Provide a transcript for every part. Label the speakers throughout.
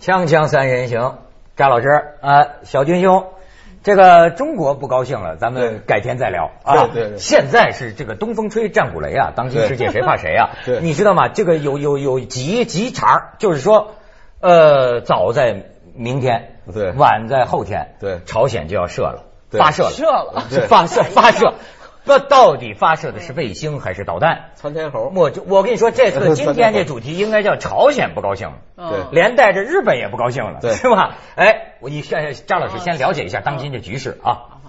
Speaker 1: 锵锵三人行，张老师啊，小军兄，这个中国不高兴了，咱
Speaker 2: 对
Speaker 1: 们改天再聊
Speaker 2: 对
Speaker 1: 啊。
Speaker 2: 对对
Speaker 1: 现在是这个东风吹，战鼓擂啊，当今世界谁怕谁啊？
Speaker 2: 对
Speaker 1: 你知道吗？这个有有有急急茬儿，就是说，呃，早在明天，
Speaker 2: 对
Speaker 1: 晚在后天，
Speaker 2: 对
Speaker 1: 朝鲜就要射了，
Speaker 2: 对
Speaker 1: 发射了，
Speaker 3: 射了
Speaker 1: 是
Speaker 2: 啊对
Speaker 1: 发射发射。那到底发射的是卫星还是导弹？
Speaker 2: 窜天猴，
Speaker 1: 我就我跟你说，这 次今天这主题应该叫朝鲜不高兴了。
Speaker 3: 嗯
Speaker 1: 连带着日本也不高兴了，
Speaker 2: 对
Speaker 1: 是吧？哎，我你先张老师
Speaker 3: 哦
Speaker 1: 先了解一下当今的局势啊。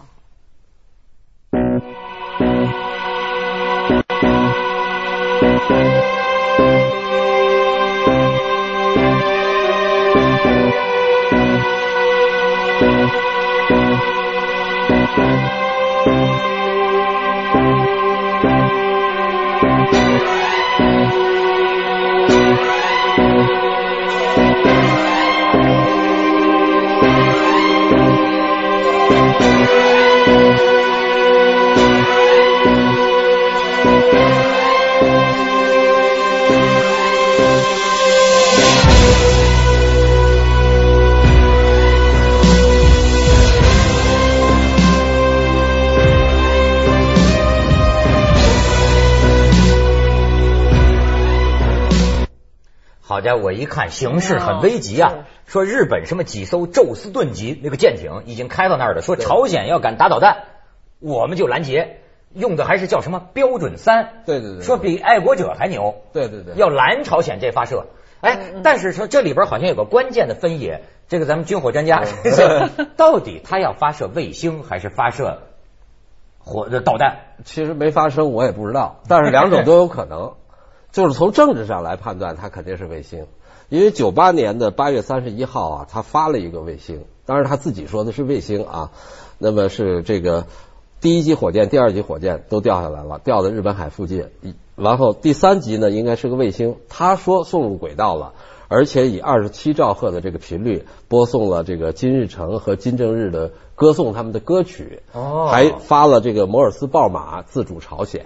Speaker 1: 好家伙，我一看形势很危急啊
Speaker 3: 哦，
Speaker 1: 说日本什么几艘宙斯盾级那个舰艇已经开到那儿了，说朝鲜要敢打导弹，我们就拦截，用的还是叫什么标准三，
Speaker 2: 对对对，
Speaker 1: 说比爱国者还牛，
Speaker 2: 对对对，
Speaker 1: 要拦朝鲜这发射。哎，但是说这里边好像有个关键的分野，这个咱们军火专家 到底他要发射卫星还是发射火呃导弹？
Speaker 2: 其实没发生我也不知道，但是两种都有可能，就是从政治上来判断，它肯定是卫星，因为九八年的八月三十一号啊，他发了一个卫星，当然他自己说的是卫星啊，那么是这个第一级火箭、第二级火箭都掉下来了，掉到日本海附近，然后第三级呢应该是个卫星，他说送入轨道了。而且以二十七兆赫的这个频率播送了这个金日成和金正日的歌颂他们的歌曲，
Speaker 1: 哦
Speaker 2: 还发了这个摩尔斯豹马自主朝鲜。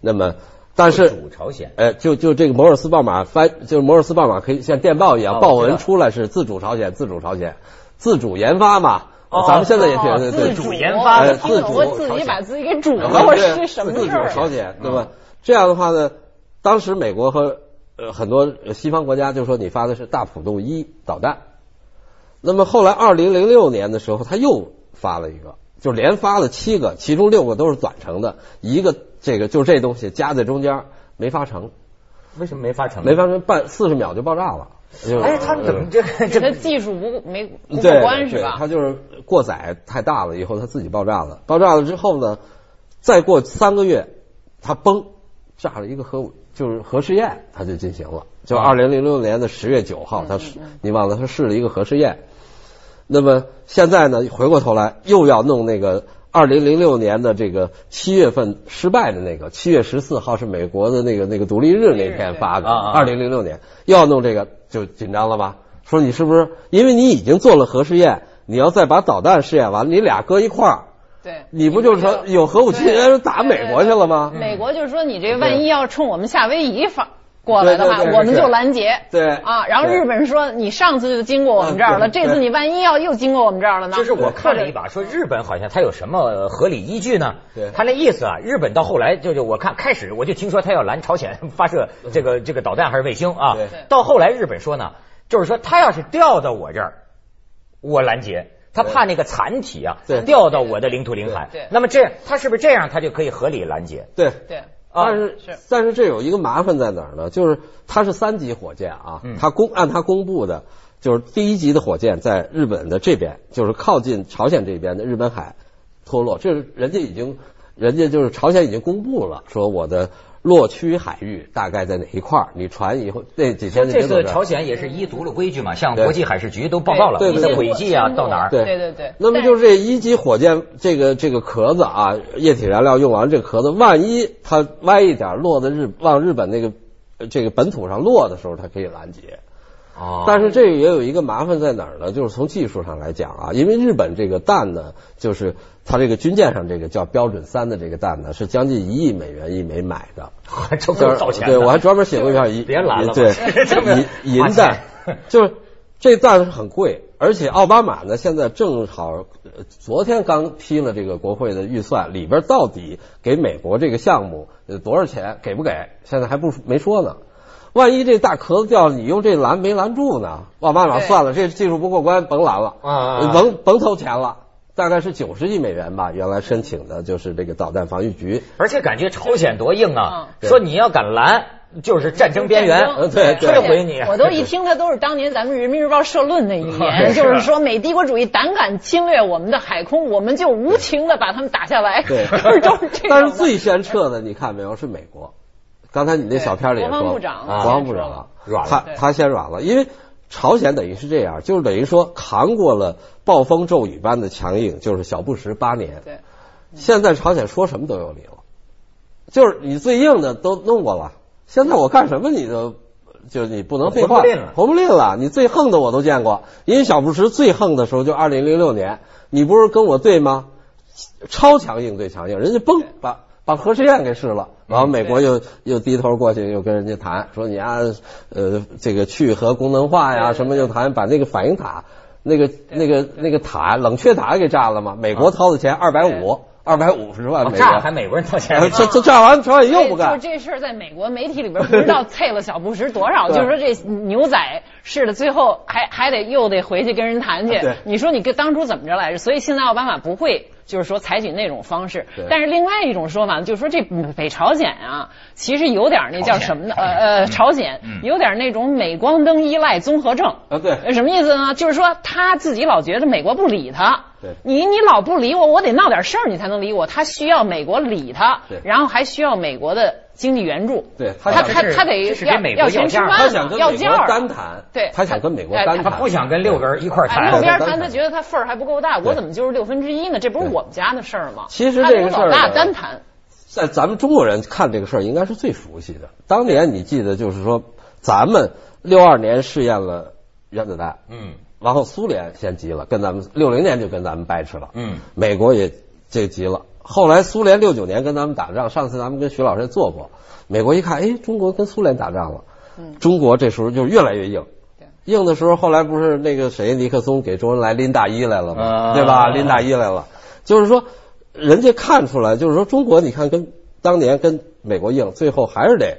Speaker 2: 那么，但是
Speaker 1: 主朝鲜
Speaker 2: 呃，就就这个摩尔斯豹马翻，就是摩尔斯豹马可以像电报一
Speaker 1: 哦
Speaker 2: 样，豹
Speaker 1: 我知道
Speaker 2: 纹出来是自主朝鲜，自主朝鲜，自主研发嘛。
Speaker 1: 哦
Speaker 2: 咱们现
Speaker 3: 啊
Speaker 2: 在也
Speaker 1: 哦
Speaker 2: 是对对
Speaker 1: 自主研发
Speaker 2: 的
Speaker 3: 听懂
Speaker 2: 自主
Speaker 3: 我哎自己把自己给煮
Speaker 2: 啊然
Speaker 3: 了，
Speaker 2: 后
Speaker 3: 我
Speaker 2: 对
Speaker 3: 是什么
Speaker 2: 自
Speaker 3: 事
Speaker 2: 主
Speaker 3: 儿
Speaker 2: 朝
Speaker 3: 啊？
Speaker 2: 鲜，对吧？这样的话呢，当时美国和呃很多西方国家就说你发的是大浦洞一导弹，那么后来二零零六年的时候，他又发了一个，就连发了七个，其中六个都是短程的，一个这个就这东西夹在中间没发成，
Speaker 1: 为什么没发成？
Speaker 2: 没发成半四十秒就爆炸了。就嗯
Speaker 1: 哎，他们怎么这个
Speaker 3: 这
Speaker 1: 这
Speaker 3: 跟
Speaker 1: 个？
Speaker 3: 技术不没不过
Speaker 2: 对，
Speaker 3: 关是
Speaker 2: 对
Speaker 3: 吧
Speaker 2: 它？就是过载太大了，以后它自己爆炸了。爆炸了之后呢，再过三个月，它崩，炸了一个核武，就是核试验，它就进行了。就
Speaker 1: 啊
Speaker 2: 二零零六年的十月九号，它试
Speaker 3: 嗯嗯
Speaker 2: 你忘了，它试了一个核试验。那么现在呢，回过头来又要弄那个二零零六年的这个七月份失败的那个，七月十四号是美国的那个那个独立日那天发的，
Speaker 1: 对啊啊
Speaker 2: 二零零六年又要弄这个就紧张了吧？说你是不是因为你已经做了核试验，你要再把导弹试验完，你俩搁一块儿，
Speaker 3: 对，
Speaker 2: 你不就是说有核武器
Speaker 3: 对
Speaker 2: 打美国去了吗？
Speaker 3: 对对对美国就是说，你这万一要冲我们夏威夷发过来的话，
Speaker 2: 对对对
Speaker 3: 我们就拦截。
Speaker 2: 对
Speaker 3: 啊，然后
Speaker 2: 对
Speaker 3: 日本说你上次就经过我们这儿了，
Speaker 2: 嗯对
Speaker 3: 这次你万一要又经过我们这儿了呢？
Speaker 1: 就是我看了一
Speaker 3: 把，
Speaker 1: 把，说日本好像他有什么合理依据呢
Speaker 2: 对？
Speaker 1: 他那意思啊，日本到后来就是我看开始我就听说他要拦朝鲜发射这个这个导弹还是卫星啊
Speaker 2: 对，
Speaker 1: 到后来日本说呢，就是说他要是掉到我这儿，我拦截。他怕那个残体啊
Speaker 2: 对
Speaker 1: 掉到我的领土领海
Speaker 3: 对对，
Speaker 1: 那么这他是不是这样他就可以合理拦截？
Speaker 2: 对。
Speaker 3: 对，
Speaker 1: 啊
Speaker 2: 但是
Speaker 3: 是
Speaker 2: 但是这有一个麻烦在哪儿呢？就是它是三级火箭啊
Speaker 1: 嗯，
Speaker 2: 它公按它公布的，就是第一级的火箭在日本的这边，就是靠近朝鲜这边的日本海脱落，这是人家已经，人家就是朝鲜已经公布了，说我的落区海域大概在哪一块儿，你船以后那几天就
Speaker 1: 这
Speaker 2: 别走
Speaker 1: 次
Speaker 2: 这儿
Speaker 1: 朝鲜也是依足了规矩嘛，向
Speaker 2: 对
Speaker 1: 国际海事局都报告了
Speaker 2: 对
Speaker 1: 你
Speaker 2: 对
Speaker 1: 的
Speaker 2: 对
Speaker 1: 轨迹啊到哪儿。
Speaker 3: 对对对。
Speaker 2: 那么就是这一级火箭这个这个壳子啊，液体燃料用完这个壳子，万一它歪一点落在日往日本那个呃这个本土上落的时候，它可以拦截。
Speaker 1: 哦
Speaker 2: 但是这个也有一个麻烦在哪儿呢？就是从技术上来讲啊，因为日本这个弹呢，就是它这个军舰上这个叫标准三的这个弹呢，是将近一亿美元一枚买的。
Speaker 1: 还这够造钱的。啊
Speaker 2: 对我还专门写过一篇银，
Speaker 1: 别拦了吧
Speaker 2: 对
Speaker 1: 这么
Speaker 2: 银银
Speaker 1: 花钱
Speaker 2: 弹，就是这弹是很贵，而且奥巴马呢，现在正好呃昨天刚批了这个国会的预算，里边到底给美国这个项目呃多少钱，给不给，现在还不没说呢。万一这大壳子掉了，你用这拦没拦住呢？奥巴马
Speaker 3: 对
Speaker 2: 算了，这技术不过关，甭拦了，呃
Speaker 1: 啊啊啊
Speaker 2: 甭甭投钱了。大概是九十亿美元吧，原来申请的就是这个导弹防御局，
Speaker 1: 而且感觉朝鲜多硬啊，
Speaker 2: 嗯
Speaker 1: 说你要敢拦，就是战争边
Speaker 3: 战争
Speaker 1: 缘。
Speaker 2: 呃对对
Speaker 1: 摧毁你
Speaker 3: 我都一听，他都是当年咱们《人民日报》社论的语
Speaker 2: 哎
Speaker 3: 言，
Speaker 1: 是
Speaker 3: 就是说美帝国主义胆敢侵略我们的海空，我们就无情的把他们打下来，
Speaker 2: 对
Speaker 3: 都是这种的。
Speaker 2: 但是最先撤的，你看没有，是美国。刚才你那小片里也
Speaker 3: 对
Speaker 2: 说，
Speaker 3: 国防部长
Speaker 2: 啊国防部
Speaker 3: 先说
Speaker 2: 长
Speaker 3: 了
Speaker 1: 软
Speaker 2: 他
Speaker 1: 了
Speaker 3: 对
Speaker 2: 他先软了，因为朝鲜等于是这样，就是等于说扛过了暴风骤雨般的强硬，就是小布什八年。
Speaker 3: 对，
Speaker 1: 嗯
Speaker 2: 现在朝鲜说什么都有理了，就是你最硬的都弄过了，现在我干什么你都就是你不能废
Speaker 1: 红
Speaker 2: 话，
Speaker 1: 不吝了
Speaker 2: 红不吝了，你最横的我都见过，因为小布什最横的时候就二零零六年，你不是跟我对吗？超强硬对强硬，人家崩把。把核试验给试了，
Speaker 1: 嗯
Speaker 2: 然后美国又又低头过去，又跟人家谈说你啊，呃，这个去核功能化呀，什么又谈，把那个反应塔、那个那个那个塔冷却塔给炸了嘛。美国掏的钱二百五，二百五十万
Speaker 1: 哦
Speaker 2: 美
Speaker 1: 炸还
Speaker 2: 元，
Speaker 1: 美国人掏钱
Speaker 2: 哎，这这炸完朝鲜又不
Speaker 3: 所以
Speaker 2: 干，
Speaker 3: 哎就这事儿在美国媒体里边不 知道啐了小布什多少，就是说这牛仔似的，最后还还得又得回去跟人谈去
Speaker 2: 啊对。
Speaker 3: 你说你跟当初怎么着来着？所以现在奥巴马不会。就是说采取那种方式
Speaker 2: 对，
Speaker 3: 但是另外一种说法呢就是说这北朝鲜啊，其实有点那叫什么呢？呃
Speaker 2: 嗯
Speaker 3: 呃，朝鲜有点那种镁光灯依赖综合症。呃
Speaker 2: 啊对
Speaker 3: 什么意思呢？就是说他自己老觉得美国不理他，
Speaker 2: 对
Speaker 3: 你你老不理我，我得闹点事儿你才能理我。他需要美国理他，
Speaker 2: 对
Speaker 3: 然后还需要美国的经济援助。
Speaker 2: 对
Speaker 3: 他
Speaker 2: 他想
Speaker 3: 他他
Speaker 1: 这是
Speaker 3: 他得
Speaker 1: 这是跟
Speaker 3: 要
Speaker 1: 美国
Speaker 3: 要钱
Speaker 1: 要
Speaker 3: 吃
Speaker 1: 价
Speaker 3: 饭
Speaker 1: 他
Speaker 2: 他想跟
Speaker 3: 要
Speaker 2: 美
Speaker 3: 价
Speaker 2: 国
Speaker 3: 儿哎
Speaker 2: 单谈，
Speaker 3: 对
Speaker 2: 他想跟美国
Speaker 3: 哎
Speaker 2: 单
Speaker 3: 他
Speaker 2: 谈，
Speaker 1: 不想跟六个人一块儿
Speaker 3: 哎，
Speaker 1: 谈。
Speaker 3: 路边
Speaker 2: 对
Speaker 3: 谈，
Speaker 2: 对
Speaker 3: 他觉得他份儿还不够大，我
Speaker 2: 对
Speaker 3: 怎么就是六分之一呢？这不是
Speaker 2: 对
Speaker 3: 我们家的事儿吗？
Speaker 2: 其实
Speaker 3: 他
Speaker 2: 这
Speaker 3: 跟
Speaker 2: 个事儿
Speaker 3: 老大
Speaker 2: 呢
Speaker 3: 单谈，
Speaker 2: 在咱们中国人看这个事儿，应该是最熟悉的。当年你记得，就是说咱们六二年试验了原子弹，
Speaker 1: 嗯
Speaker 2: 然后苏联先急了，跟咱们六零年就跟咱们掰扯了，
Speaker 1: 嗯，
Speaker 2: 美国也这急了。后来苏联六九年跟咱们打仗，上次咱们跟徐老师也做过，美国一看，哎，中国跟苏联打仗了，中国这时候就越来越硬
Speaker 3: 对。
Speaker 2: 硬的时候，后来不是那个谁尼克松给周恩来拎大衣来了
Speaker 1: 啊
Speaker 2: 嘛，对吧？拎大衣来了，就是说人家看出来，就是说中国你看跟当年跟美国硬，最后还是得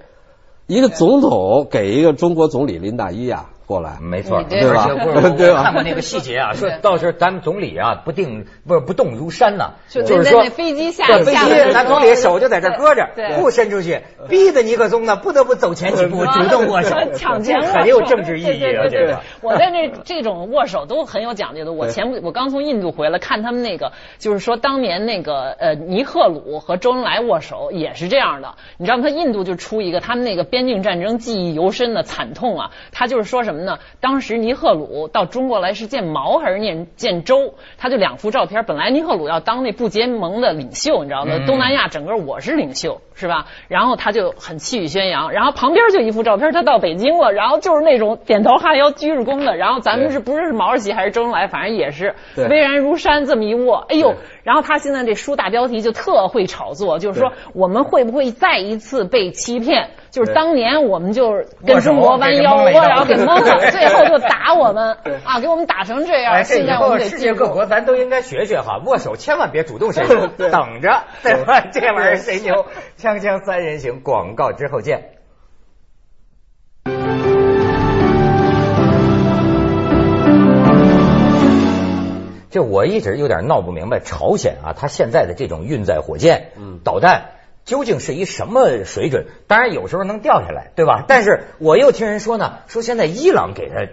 Speaker 2: 一个总统给一个中国总理拎大衣啊过来，
Speaker 1: 没错，
Speaker 3: 你这
Speaker 1: 而且
Speaker 2: 对吧
Speaker 1: 不是
Speaker 2: 对
Speaker 1: 我
Speaker 2: 吧
Speaker 1: 看过那个细节 啊，说
Speaker 3: 对
Speaker 1: 到时候咱们总理啊不定不是不动如山呐，
Speaker 3: 就
Speaker 1: 就是
Speaker 3: 在
Speaker 1: 说
Speaker 3: 那飞机下
Speaker 1: 对飞
Speaker 3: 下来的时
Speaker 1: 机
Speaker 3: 候
Speaker 1: 男总理手就在这儿搁着
Speaker 3: 对，对
Speaker 1: 不伸出去，逼得尼克松呢不得不走前几步主动 握手，
Speaker 3: 抢钱握手
Speaker 1: 嗯这很有政治意义啊，
Speaker 3: 对对对
Speaker 1: 这
Speaker 3: 对
Speaker 1: 个。
Speaker 3: 我在那这种握手都很有讲究的。我
Speaker 2: 对
Speaker 3: 前不我刚从印度回来，看他们那个就是说当年那个呃尼赫鲁和周恩来握手也是这样的。你知道吗？他印度就出一个他们那个边境战争记忆犹深的惨痛啊。他就是说什么呢？当时尼赫鲁到中国来是建毛还是念建州？他就两幅照片。本来尼赫鲁要当那不结盟的领袖，你知道吗
Speaker 1: 嗯？
Speaker 3: 东南亚。亚整个我是领袖，是吧？然后他就很气宇轩扬，然后旁边就一幅照片，他到北京了，然后就是那种点头哈腰、鞠着躬的，然后咱们
Speaker 2: 对
Speaker 3: 是不是毛主席还是周恩来，反正也是
Speaker 2: 对
Speaker 3: 巍然如山这么一握，哎呦
Speaker 2: 对！
Speaker 3: 然后他现在这书大标题就特会炒作，就是说
Speaker 2: 对
Speaker 3: 我们会不会再一次被欺骗？就是
Speaker 2: 对
Speaker 3: 当年我们就是
Speaker 1: 握
Speaker 3: 跟
Speaker 1: 手
Speaker 3: 中国弯腰
Speaker 1: 给蒙了
Speaker 3: 窝，
Speaker 1: 一
Speaker 3: 然后给
Speaker 1: 刀
Speaker 3: 蒙了，
Speaker 1: 对
Speaker 3: 最后就打我
Speaker 2: 嗯
Speaker 3: 们啊，给我们打成这样，
Speaker 1: 哎，这
Speaker 3: 现
Speaker 1: 以
Speaker 3: 在我
Speaker 1: 后
Speaker 3: 们得
Speaker 1: 世
Speaker 3: 记
Speaker 1: 界
Speaker 3: 住
Speaker 1: 各。国咱都应该学学哈，握手千万别主动 伸手，等着，对吧？ 这玩意儿谁牛？锵锵三人行，广告之后见。这我一直有点闹不明白，朝鲜啊，它现在的这种运载火箭、
Speaker 3: 嗯
Speaker 1: 导弹究竟是一什么水准？当然有时候能掉下来，对吧？但是我又听人说呢，说现在伊朗给它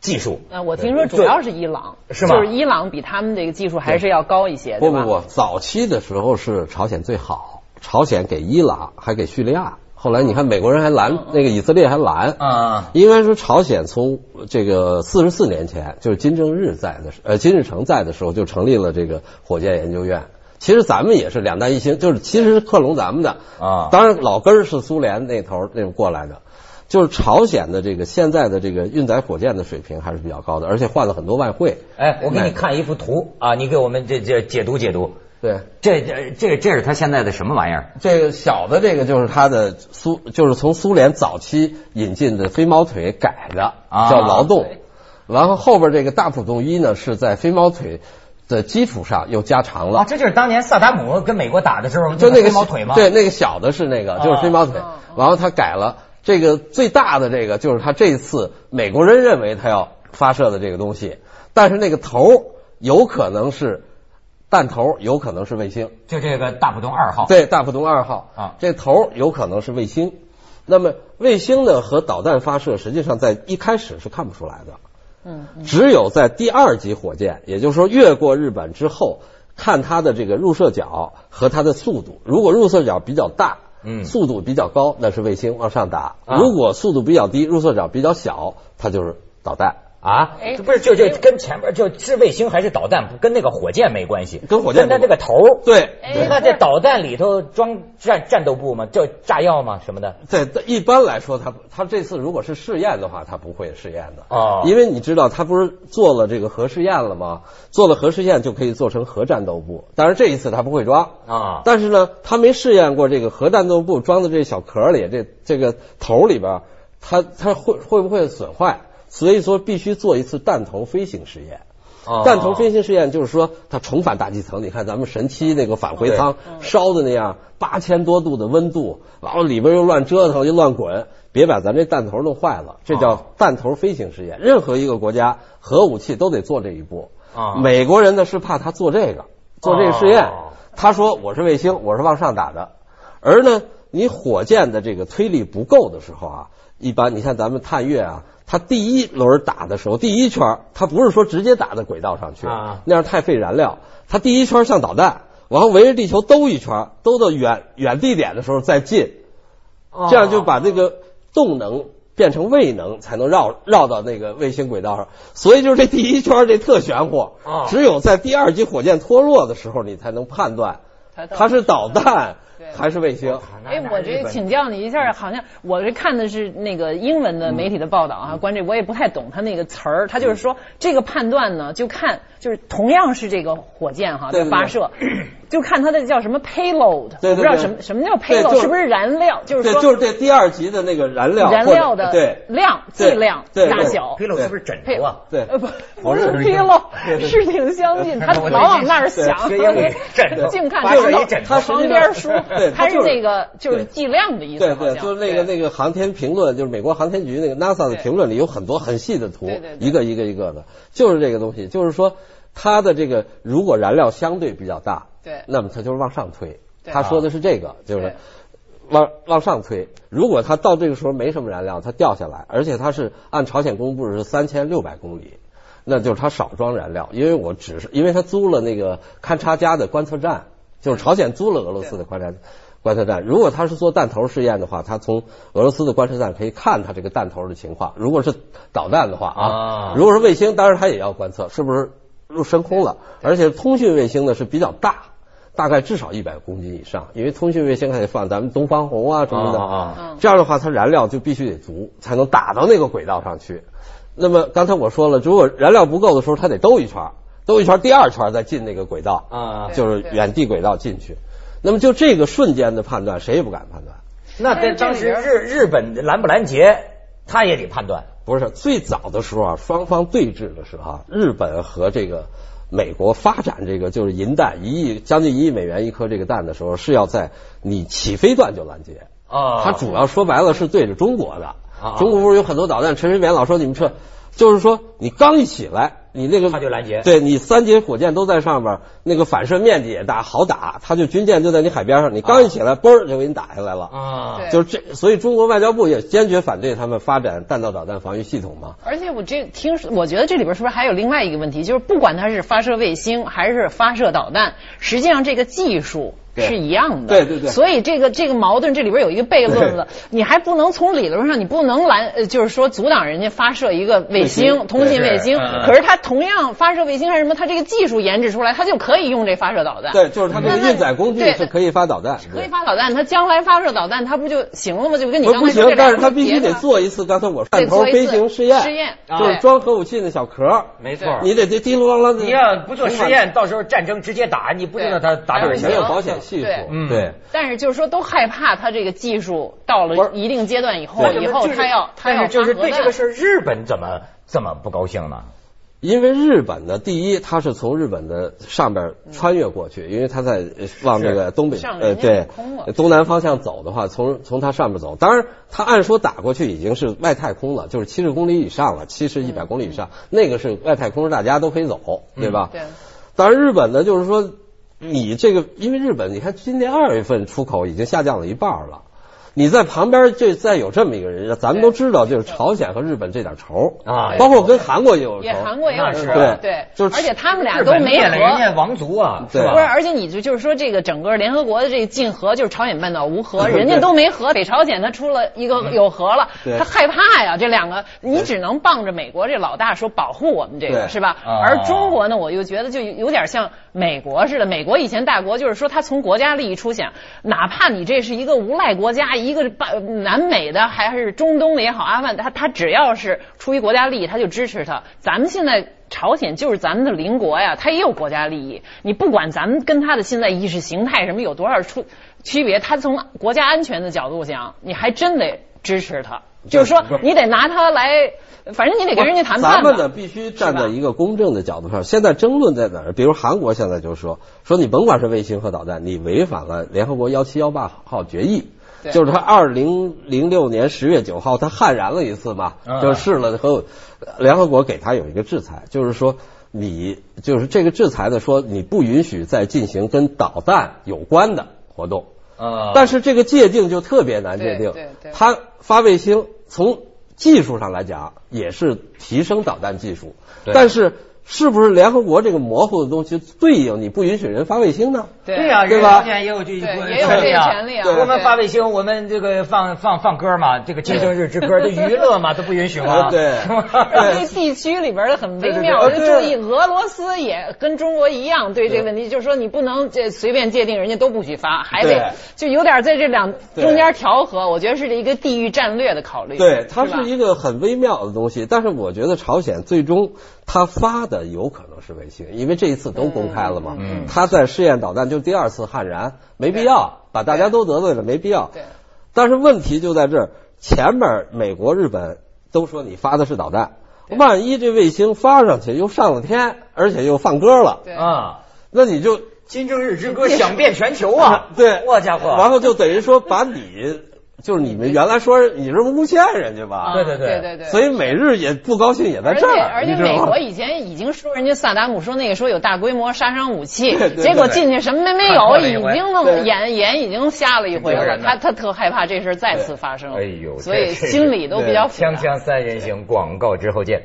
Speaker 1: 技术，
Speaker 3: 呃，我听说主要是伊朗，
Speaker 1: 是吗
Speaker 3: 就是伊朗比他们这个技术还是要高一些，对
Speaker 2: 不
Speaker 3: 吧？
Speaker 2: 不不，早期的时候是朝鲜最好，朝鲜给伊朗还给叙利亚，后来你看美国人还拦、那个以色列还拦。
Speaker 1: 啊，
Speaker 2: 应该说，朝鲜从这个四十四年前，就是金正日在的时，呃，金日成在的时候，就成立了这个火箭研究院。其实咱们也是两弹一星，就是其实是克隆咱们的
Speaker 1: 啊
Speaker 2: 当然，老根儿是苏联那头儿那种过来的，就是朝鲜的这个现在的这个运载火箭的水平还是比较高的，而且换了很多外汇。
Speaker 1: 哎，我给你看一幅图啊，你给我们这这解读解读。
Speaker 2: 对，
Speaker 1: 这这这这是他现在的什么玩意儿？
Speaker 2: 这个小的这个就是它的苏，就是从苏联早期引进的飞毛腿改的，
Speaker 1: 啊
Speaker 2: 叫劳动
Speaker 3: 对。
Speaker 2: 然后后边这个大浦洞一呢是在飞毛腿的基础上又加长了
Speaker 1: 啊，。这就是当年萨达姆跟美国打的时候，
Speaker 2: 就那个
Speaker 1: 飞毛腿吗？哦
Speaker 2: 对，，那个小的是那个，就是飞毛腿。然后他改了这个最大的这个，就是他这一次美国人认为他要发射的这个东西，但是那个头儿有可能是弹头儿，有可能是卫星。
Speaker 1: 就这个大浦东二号。，
Speaker 2: 对，大浦东二号
Speaker 1: 啊
Speaker 2: 这头儿有可能是卫星。那么卫星呢和导弹发射，实际上在一开始是看不出来的。
Speaker 3: 嗯，
Speaker 2: 只有在第二级火箭，也就是说越过日本之后，看它的这个入射角和它的速度。如果入射角比较大，
Speaker 1: 嗯
Speaker 2: 速度比较高，那是卫星往上打；
Speaker 1: 啊
Speaker 2: 如果速度比较低，入射角比较小，它就是导弹。
Speaker 1: 啊
Speaker 3: 哎，
Speaker 1: 这不是就就跟前面就是卫星还是导弹，不跟那个火箭没关系，
Speaker 2: 跟火
Speaker 1: 跟
Speaker 2: 箭
Speaker 1: 它
Speaker 2: 没
Speaker 1: 这个
Speaker 2: 关
Speaker 1: 头儿。
Speaker 2: 对，
Speaker 3: 哎
Speaker 1: 你看这导弹里头装战战斗部吗？就炸药吗？什么的？
Speaker 2: 对，但一般来说，它它这次如果是试验的话，它不会试验的。
Speaker 1: 哦
Speaker 2: 因为你知道，他不是做了这个核试验了吗？做了核试验就可以做成核战斗部。当然这一次他不会装
Speaker 1: 啊
Speaker 2: 但是呢，他没试验过这个核战斗部装的这小壳里，这这个头里边，它它会会不会损坏？所以说必须做一次弹头飞行试验。
Speaker 1: 哦
Speaker 2: 弹头飞行试验就是说，它重返大气层。你看咱们神七那个返回舱烧的那样，八千多度的温度，然后里边又乱折腾又乱滚，别把咱这弹头弄坏了。这
Speaker 1: 啊
Speaker 2: 叫弹头飞行试验。任何一个国家核武器都得做这一步。
Speaker 1: 啊
Speaker 2: 美国人呢是怕他做这个，做这个试验
Speaker 1: 哦。
Speaker 2: 他说我是卫星，我是往上打的。而呢，你火箭的这个推力不够的时候啊，一般你看咱们探月啊，它第一轮打的时候，第一圈儿它不是说直接打到轨道上去，
Speaker 1: 啊
Speaker 2: 那样太费燃料。它第一圈儿像导弹，然后围着地球兜一圈儿，兜到远远地点的时候再进，
Speaker 1: 哦
Speaker 2: 这样就把这个动能变成位能，才能绕绕到那个卫星轨道上。所以就是这第一圈儿这特玄乎
Speaker 1: 啊，
Speaker 2: 只有在第二级火箭脱落的时候，你才能判断
Speaker 3: 它到底
Speaker 2: 它是导弹
Speaker 3: 对
Speaker 2: 还是卫星。
Speaker 3: 哎，我这请教你一
Speaker 2: 嗯
Speaker 3: 下，好像我这看的是那个英文的媒体的报道
Speaker 2: 嗯
Speaker 3: 啊，关这我也不太懂他那个词儿，他就是说这个判断呢，就看就是同样是这个火箭哈
Speaker 2: 对
Speaker 3: 在
Speaker 2: 对对
Speaker 3: 发 射，就看它的叫什么 payload，
Speaker 2: 对对对
Speaker 3: 我不知道什么什么叫
Speaker 2: 对就
Speaker 3: payload，
Speaker 2: 是
Speaker 3: 是不是燃料？就是
Speaker 2: 对，
Speaker 3: 说
Speaker 2: 就是这第二级的那个燃料或者，
Speaker 3: 燃料的
Speaker 2: 对
Speaker 3: 量、
Speaker 2: 对
Speaker 3: 质量、
Speaker 2: 对
Speaker 3: 大
Speaker 2: 对
Speaker 3: 小。
Speaker 1: 披露是不是枕头啊？
Speaker 2: 对
Speaker 3: 呃不，不
Speaker 2: 我
Speaker 3: 是
Speaker 2: 是呃
Speaker 3: pillow，是挺相近，他老往那儿想，
Speaker 1: 学英 语枕头，
Speaker 3: 净看
Speaker 1: 发
Speaker 3: 枕
Speaker 1: 射
Speaker 3: 头
Speaker 1: 一枕，头
Speaker 2: 它实
Speaker 3: 旁
Speaker 2: 际上
Speaker 3: 边书
Speaker 2: 对，
Speaker 3: 它
Speaker 2: 它
Speaker 3: 是
Speaker 2: 就是
Speaker 3: 那个就是
Speaker 2: 对
Speaker 3: 计量的意思，
Speaker 2: 对
Speaker 3: 好像
Speaker 2: 对，就是那个那个航天评论，就是美国航天局那个 NASA 的
Speaker 3: 对
Speaker 2: 评论里有很多很细的图
Speaker 3: 对对，对
Speaker 2: 一个一个一个的，就是这个东西，就是说它的这个如果燃料相对比较大，
Speaker 3: 对
Speaker 2: 那么它就是往上推。
Speaker 3: 对
Speaker 2: 他说的是这个，就是
Speaker 3: 对
Speaker 2: 往往上推。如果它到这个时候没什么燃料，它掉下来，而且它是按朝鲜公布是三千六百公里，那就是它少装燃料，因为我只是因为它租了那个勘察家的观测站，就是朝鲜租了俄罗斯的观察观测站。如果它是做弹头试验的话，它从俄罗斯的观测站可以看它这个弹头的情况。如果是导弹的话
Speaker 1: 啊
Speaker 2: 啊，如果是卫星，当然它也要观测是不是入深空了，而且通讯卫星呢是比较大。大概至少一百公斤以上，因为通讯卫星还得放咱们东方红啊什么的，
Speaker 1: 啊啊啊
Speaker 3: 嗯
Speaker 2: 这样的话它燃料就必须得足，才能打到那个轨道上去。那么刚才我说了，如果燃料不够的时候，它得兜一圈儿，兜一圈儿，第二圈儿再进那个轨道，
Speaker 1: 啊
Speaker 3: 对
Speaker 2: 就是远地轨道进去。那么就这个瞬间的判断，谁也不敢判断。
Speaker 1: 那在当时日日本拦不拦截，他也得判断。
Speaker 2: 不是最早的时候啊，双方对峙的时候啊，日本和这个美国发展这个就是银弹一亿将近一亿美元一颗这个弹的时候，是要在你起飞段就拦截。
Speaker 1: 哦
Speaker 2: 它主要说白了是对着中国的
Speaker 1: 啊。
Speaker 2: 中国不是有很多导弹？陈水扁老说你们撤，就是说你刚一起来，你那个
Speaker 1: 它就拦截
Speaker 2: 对你三节火箭都在上边，那个反射面积也大，好打。它就军舰就在你海边上，你刚一起来，嘣儿就给你打下来了。
Speaker 1: 啊
Speaker 3: 对
Speaker 2: 就是这，所以中国外交部也坚决反对他们发展弹道导弹防御系统嘛。
Speaker 3: 而且我这听说，我觉得这里边是不是还有另外一个问题，就是不管它是发射卫星还是发射导弹，实际上这个技术
Speaker 2: 对
Speaker 3: 是一样的。
Speaker 2: 对对对
Speaker 3: 所以这个这个矛盾这里边有一个悖论了，你还不能从理论上，你不能拦，呃就是说阻挡人家发射一个卫
Speaker 2: 卫
Speaker 3: 星
Speaker 2: 星
Speaker 3: 通信卫星
Speaker 1: 对是嗯嗯，
Speaker 3: 可是它同样发射卫星还是什么，它这个技术研制出来，它就可以用这发射导弹。
Speaker 2: 对，就是它这个
Speaker 3: 那那
Speaker 2: 运载工具
Speaker 3: 对
Speaker 2: 是可以发导弹。
Speaker 3: 可以
Speaker 2: 对
Speaker 3: 发导弹，它将来发射导弹，它不就行了吗？就跟你
Speaker 2: 不
Speaker 3: 刚
Speaker 2: 不
Speaker 3: 才说
Speaker 2: 行
Speaker 3: 这，
Speaker 2: 但
Speaker 3: 俩
Speaker 2: 是它必须
Speaker 3: 结
Speaker 2: 得
Speaker 3: 合
Speaker 2: 做一次刚才我说弹头飞行试验，
Speaker 3: 试验
Speaker 2: 就是
Speaker 3: 对
Speaker 2: 装核武器那小壳，
Speaker 1: 没错。
Speaker 2: 你得这滴噜啷啷的。
Speaker 1: 你要不做实验，到时候战争直接打，你不知道他打哪儿
Speaker 3: 对
Speaker 1: 去
Speaker 2: 没有保险系数
Speaker 3: 对，
Speaker 1: 嗯
Speaker 2: 对。
Speaker 3: 但是就是说都害怕他这个技术到
Speaker 2: 不是
Speaker 3: 了一定阶段以后，
Speaker 1: 对
Speaker 3: 以后他要他
Speaker 1: 但
Speaker 3: 要
Speaker 1: 是就是
Speaker 3: 发核
Speaker 1: 对
Speaker 3: 弹
Speaker 1: 这个事儿，日本怎么这么不高兴呢？
Speaker 2: 因为日本的第一，它是从日本的上边穿越过去，因为它在呃往这个东北
Speaker 3: 上
Speaker 2: 呃
Speaker 3: 人家
Speaker 2: 对
Speaker 3: 空了
Speaker 2: 东南方向走的话，从从它上面走，当然它按说打过去已经是外太空了，就是七十公里以上了，七十一百公里以上，那个是外太空，是大家都可以走，对吧？
Speaker 3: 嗯对。
Speaker 2: 当然，日本呢，就是说，你这个，因为日本，你看今年二月份出口已经下降了一半儿了，你在旁边这再有这么一个人，咱们都知道，就是朝鲜和日本这点仇
Speaker 1: 啊
Speaker 2: 包括跟韩国也有仇
Speaker 3: 也。韩国也有
Speaker 1: 那是
Speaker 3: 仇
Speaker 2: 对
Speaker 3: 对，
Speaker 2: 就是
Speaker 3: 而且他们俩
Speaker 1: 日
Speaker 3: 都
Speaker 1: 本
Speaker 3: 没
Speaker 1: 灭了人家
Speaker 3: 和。
Speaker 1: 王族啊，
Speaker 2: 对
Speaker 1: 是
Speaker 3: 不是，
Speaker 1: 吧？
Speaker 3: 而且你就就是说，这个整个联合国的这个禁核，就是朝鲜半岛无核，
Speaker 2: 对嗯
Speaker 3: 人家都没核，北朝鲜他出了一个有核了
Speaker 2: 对，
Speaker 3: 他害怕呀。这两个，你只能傍着美国这老大说保护我们这
Speaker 2: 对
Speaker 3: 个，是吧？
Speaker 1: 啊
Speaker 3: 而中国呢，我又觉得就有点像美国似的。美国以前大国就是说，他从国家利益出想，哪怕你这是一个无赖国家，一个巴南美的还是中东的也好，阿富汗的，他他只要是出于国家利益，他就支持他。咱们现在。朝鲜就是咱们的邻国呀，它也有国家利益。你不管咱们跟它的现在意识形态什么有多少出区别，它从国家安全的角度讲，你还真得支持它。就是说，你得拿它来，反正你得跟人家谈判吧。
Speaker 2: 咱们呢，必须站在一个公正的角度上。现在争论在哪儿？比如韩国现在就说说你甭管是卫星和导弹，你违反了联合国幺七幺八号决议。
Speaker 3: 对
Speaker 2: 就是他二零零六年十月九号，他悍然了一次嘛，
Speaker 1: 嗯
Speaker 2: 就是试了和联合国给他有一个制裁，就是说你就是这个制裁的说你不允许再进行跟导弹有关的活动，
Speaker 1: 啊
Speaker 2: 但是这个界定就特别难界定
Speaker 3: 对对。对
Speaker 2: 它发卫星从技术上来讲也是提升导弹技术，
Speaker 1: 对
Speaker 2: 但是是不是联合国这个模糊的东西对应你不允许人发卫星呢？
Speaker 1: 对
Speaker 3: 啊
Speaker 1: 呀、
Speaker 2: 对
Speaker 1: 人
Speaker 2: 吧
Speaker 1: 朝鲜也有这一
Speaker 3: 对
Speaker 1: 部分
Speaker 3: 也有
Speaker 1: 权利
Speaker 3: 这个
Speaker 1: 啊
Speaker 3: 权利啊
Speaker 1: 我们
Speaker 3: 对
Speaker 1: 发卫星，我们这个放放放歌嘛，这个金正日之歌，这娱乐嘛都不允许吗？
Speaker 2: 啊对
Speaker 1: 是吧
Speaker 2: 对
Speaker 3: 这地区里边的很微妙，
Speaker 2: 对对对
Speaker 3: 就注意俄罗斯也跟中国一样对这个问题，就是说你不能这随便界定，人家都不许发，还
Speaker 2: 对
Speaker 3: 得就有点在这两
Speaker 2: 对
Speaker 3: 中间调和，我觉得是一个地域战略的考虑。
Speaker 2: 对，它
Speaker 3: 吧
Speaker 2: 是一个很微妙的东西，但是我觉得朝鲜最终它发的有可能是卫星，因为这一次都公开了嘛，
Speaker 1: 嗯嗯
Speaker 2: 他在试验导弹就第二次悍然，没必要把大家都得罪了，没必要。
Speaker 3: 对
Speaker 2: 但是问题就在这儿，前面美国、日本都说你发的是导弹，
Speaker 3: 对
Speaker 2: 万一这卫星发上去又上了天，而且又放歌了，
Speaker 3: 对
Speaker 1: 啊，
Speaker 2: 那你就
Speaker 1: 金正日之歌响遍全球啊！
Speaker 2: 对，
Speaker 1: 我家伙，
Speaker 2: 然后就等于说把你就是你们原来说你是诬陷人家吧，
Speaker 3: 啊
Speaker 1: 对对对
Speaker 3: 对对对，
Speaker 2: 所以美日也不高兴，也在
Speaker 3: 而
Speaker 2: 这
Speaker 3: 且
Speaker 2: 儿，
Speaker 3: 而且
Speaker 2: 你知道
Speaker 3: 美
Speaker 2: 吗
Speaker 3: 国以前已经说人家萨达姆说那个说有大规模杀伤武器
Speaker 2: 对对，对
Speaker 3: 结果进去什么都没
Speaker 1: 看错
Speaker 3: 有，
Speaker 1: 了
Speaker 3: 已
Speaker 1: 一回
Speaker 3: 经
Speaker 2: 对
Speaker 3: 弄眼眼已经瞎了一
Speaker 1: 挺
Speaker 3: 回
Speaker 1: 丢
Speaker 3: 了
Speaker 1: 人。的
Speaker 3: 他他特害怕这事儿再次发生，
Speaker 1: 哎呦
Speaker 3: 所以
Speaker 1: 这是
Speaker 3: 心里都比较复杂
Speaker 1: 锵锵三人行广告之后见。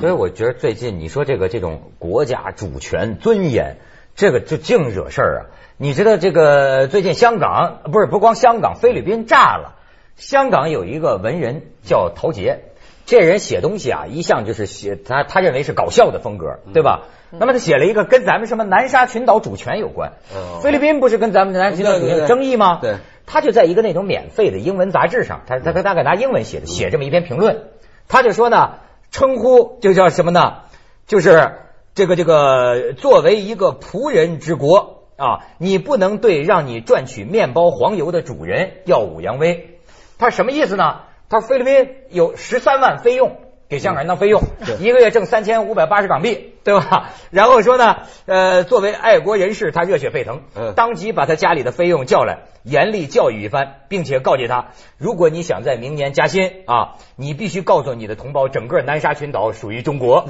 Speaker 1: 所以我觉得最近你说这个这种国家主权尊严，这个就净惹事儿啊！你知道这个最近香港不是不光香港，菲律宾炸了。香港有一个文人叫陶杰，这人写东西啊，一向就是写他他认为是搞笑的风格，
Speaker 2: 嗯
Speaker 1: 对吧？那么他写了一个跟咱们什么南沙群岛主权有关
Speaker 2: 哦，
Speaker 1: 菲律宾不是跟咱们南沙群岛主权有争议吗？
Speaker 2: 对对对嗯
Speaker 1: 他就在一个那种免费的英文杂志上，他他他大概拿英文写的，写这么一篇评论，他就说呢，称呼就叫什么呢？就是这个这个作为一个仆人之国啊，你不能对让你赚取面包黄油的主人耀武扬威。他什么意思呢？他说菲律宾有十三万菲佣给香港人当菲佣，一个月挣三千五百八十港币，对吧？然后说呢，呃，作为爱国人士，他热血沸腾
Speaker 2: 嗯，
Speaker 1: 当即把他家里的菲佣叫来，严厉教育一番，并且告诫他，如果你想在明年加薪啊，你必须告诉你的同胞，整个南沙群岛属于中国。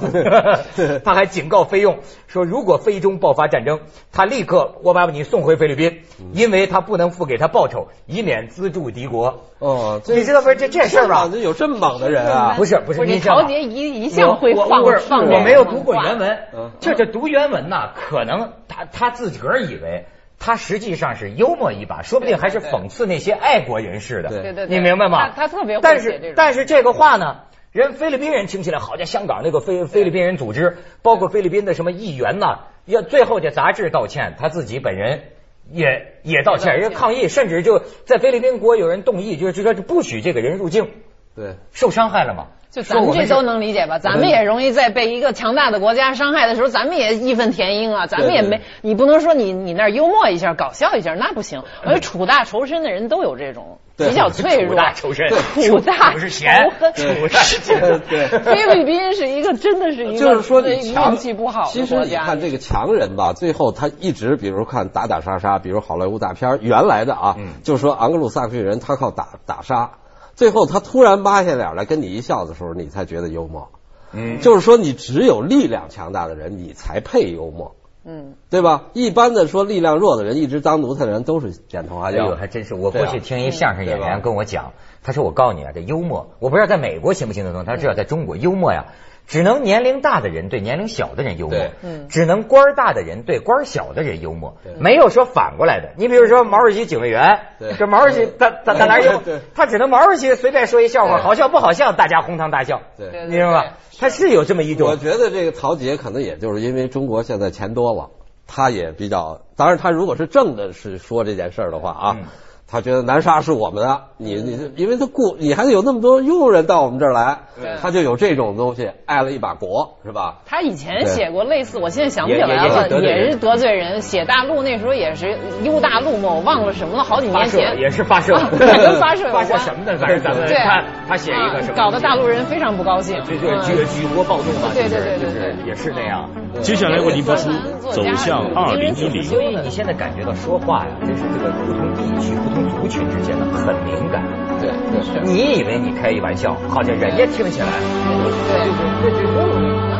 Speaker 1: 他还警告菲佣说，如果菲中爆发战争，他立刻我把你送回菲律宾，因为他不能付给他报酬，以免资助敌国。
Speaker 2: 哦，这
Speaker 1: 你知道不是这这事儿吧
Speaker 2: 香港？有这么猛的人啊？
Speaker 1: 不是不是，
Speaker 3: 不是
Speaker 1: 你知道吗
Speaker 3: 陶杰一一向会
Speaker 1: 我我
Speaker 3: 放
Speaker 1: 不是
Speaker 3: 放这
Speaker 1: 我
Speaker 3: 种
Speaker 1: 没有读过
Speaker 3: 话
Speaker 1: 原文
Speaker 2: 嗯，
Speaker 1: 这这读原文呐，可能他他自个儿以为。他实际上是幽默一把，说不定还是讽刺那些爱国人士的。
Speaker 2: 对
Speaker 3: 对对对
Speaker 1: 你明白吗？
Speaker 3: 他他特别会
Speaker 1: 但
Speaker 3: 写这
Speaker 1: 是
Speaker 3: 种
Speaker 1: 但是这个话呢，人菲律宾人听起来好像香港那个菲菲律宾人组织，包括菲律宾的什么议员呐，要最后这杂志道歉，他自己本人也也道歉，
Speaker 3: 也道歉
Speaker 1: 人家抗议，甚至就在菲律宾国有人动议，就是就说不许这个人入境，
Speaker 2: 对，
Speaker 1: 受伤害了吗？
Speaker 3: 就咱们这都能理解吧？
Speaker 1: 嗯
Speaker 3: 咱们也容易在被一个强大的国家伤害的时候，咱们也义愤填膺啊，咱们也
Speaker 2: 对对
Speaker 3: 没
Speaker 2: 对
Speaker 3: 你不能说你你那儿幽默一下、搞笑一下，那不行。我觉得楚大仇深的人都有 这种
Speaker 2: 对
Speaker 3: 比较脆
Speaker 1: 楚
Speaker 3: 弱。
Speaker 1: 大仇深，
Speaker 3: 楚大
Speaker 1: 不是闲，
Speaker 3: 仇
Speaker 1: 楚
Speaker 3: 恨
Speaker 1: 大仇
Speaker 2: 对
Speaker 1: 恨。
Speaker 2: 对。
Speaker 3: 菲律宾是一个真的是一个
Speaker 2: 就是说你强
Speaker 3: 运气不好
Speaker 2: 其
Speaker 3: 的
Speaker 2: 实
Speaker 3: 国
Speaker 2: 你
Speaker 3: 家
Speaker 2: 看。这个强人吧，最后他一直，比如看打打杀杀，比如好莱坞大片儿原来的啊，
Speaker 1: 嗯
Speaker 2: 就是说昂格鲁萨克逊人他靠打打杀，最后他突然扒下脸来跟你一笑的时候，你才觉得幽默。
Speaker 1: 嗯，
Speaker 2: 就是说你只有力量强大的人，你才配幽默，
Speaker 3: 嗯，
Speaker 2: 对吧？一般的说力量弱的人，一直当奴才的人都是点头哈
Speaker 1: 哎呦，
Speaker 2: 腰。
Speaker 1: 还真是！我
Speaker 2: 对
Speaker 1: 过
Speaker 2: 啊
Speaker 1: 去听一相声演
Speaker 2: 对吧
Speaker 1: 员跟我讲，他说：“我告诉你啊，这幽默，我不知道在美国行不行得通，他知道在中国幽默呀，只能年龄大的人对年龄小的人幽默
Speaker 2: 对，
Speaker 3: 嗯
Speaker 1: 只能官儿大的人对官儿小的人幽默
Speaker 2: 对，
Speaker 1: 没有说反过来的。你比如说毛主席警卫员
Speaker 2: 对，
Speaker 1: 这毛主席他他他哪幽默
Speaker 2: 对对对？
Speaker 1: 他只能毛主席随便说一笑话，
Speaker 2: 对
Speaker 1: 好笑不好笑，大家哄堂大笑，
Speaker 3: 对
Speaker 2: 对，
Speaker 1: 你知道吗？他是有这么一
Speaker 2: 我
Speaker 1: 种，
Speaker 2: 觉得这个陶杰可能也就是因为中国现在钱多了，他也比较，当然他如果是正的是说这件事儿的话啊。
Speaker 1: 嗯
Speaker 2: 他觉得南沙是我们的，你你，因为他雇你还得有那么多佣人到我们这儿来
Speaker 3: 对，
Speaker 2: 他就有这种东西，爱了一把国，是吧？
Speaker 3: 他以前写过类似，我现在想不起
Speaker 1: 也
Speaker 3: 来了，
Speaker 1: 也也是得罪人
Speaker 3: 也是得罪人。写大陆那时候也是忧大陆嘛，我忘了什么了，好几
Speaker 1: 发
Speaker 3: 年
Speaker 1: 射
Speaker 3: 前。啊
Speaker 1: 也是发 射，
Speaker 3: 跟发射有
Speaker 1: 发射
Speaker 3: 关
Speaker 1: 什么的，反正咱们
Speaker 3: 对
Speaker 1: 他他写一个什么，
Speaker 3: 嗯搞得大陆人非常不高兴。
Speaker 1: 这就是
Speaker 3: 嗯
Speaker 1: 举举国暴动嘛，
Speaker 3: 对
Speaker 1: 就是
Speaker 3: 对对
Speaker 1: 就
Speaker 3: 对
Speaker 1: 是
Speaker 3: 对
Speaker 1: 也是那样。
Speaker 4: 接下来为您播出《走向二零一零》。
Speaker 1: 所以你现在感觉到说话呀，真是这个不同地区、不同族群之间的很敏感。
Speaker 2: 对对。
Speaker 1: 你以为你开一玩笑，好像人家听起来，
Speaker 3: 对。
Speaker 1: 这这这